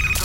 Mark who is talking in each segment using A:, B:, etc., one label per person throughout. A: Tout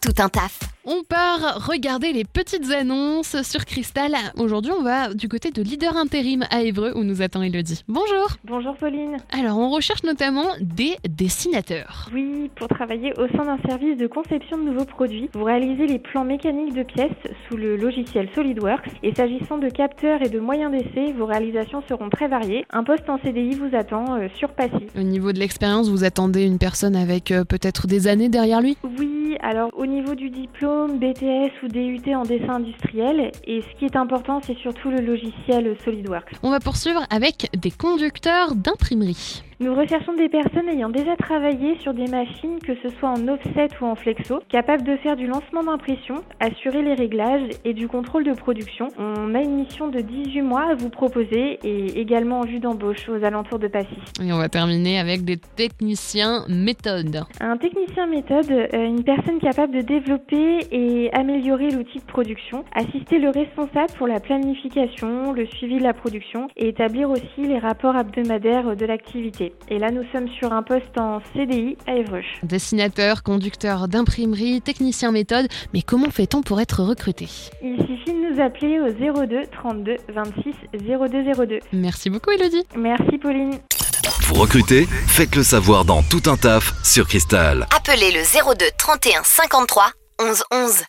B: tout un taf.
C: On part regarder les petites annonces sur Cristal. Aujourd'hui, on va du côté de leader intérim à Évreux où nous attend Elodie. Bonjour.
D: Bonjour Pauline.
C: Alors, on recherche notamment des dessinateurs.
D: Oui, pour travailler au sein d'un service de conception de nouveaux produits, vous réalisez les plans mécaniques de pièces sous le logiciel SolidWorks. Et s'agissant de capteurs et de moyens d'essai, vos réalisations seront très variées. Un poste en CDI vous attend euh, sur Passy.
C: Au niveau de l'expérience, vous attendez une personne avec euh, peut-être des années derrière lui
D: Oui, alors au niveau du diplôme, BTS ou DUT en dessin industriel, et ce qui est important, c'est surtout le logiciel SolidWorks.
C: On va poursuivre avec des conducteurs d'imprimerie.
D: Nous recherchons des personnes ayant déjà travaillé sur des machines, que ce soit en offset ou en flexo, capables de faire du lancement d'impression, assurer les réglages et du contrôle de production. On a une mission de 18 mois à vous proposer et également en vue d'embauche aux alentours de Passy.
C: Et on va terminer avec des techniciens méthode.
D: Un technicien méthode, euh, une personne capable de développer et améliorer l'outil de production, assister le responsable pour la planification, le suivi de la production et établir aussi les rapports hebdomadaires de l'activité. Et là, nous sommes sur un poste en CDI à Évreux.
C: Dessinateur, conducteur d'imprimerie, technicien méthode. Mais comment fait-on pour être recruté
D: Il suffit de nous appeler au 02 32 26 02 02.
C: Merci beaucoup, Elodie.
D: Merci Pauline.
A: Vous recrutez Faites le savoir dans Tout un taf sur Cristal.
B: Appelez le 02 31 53 11 11.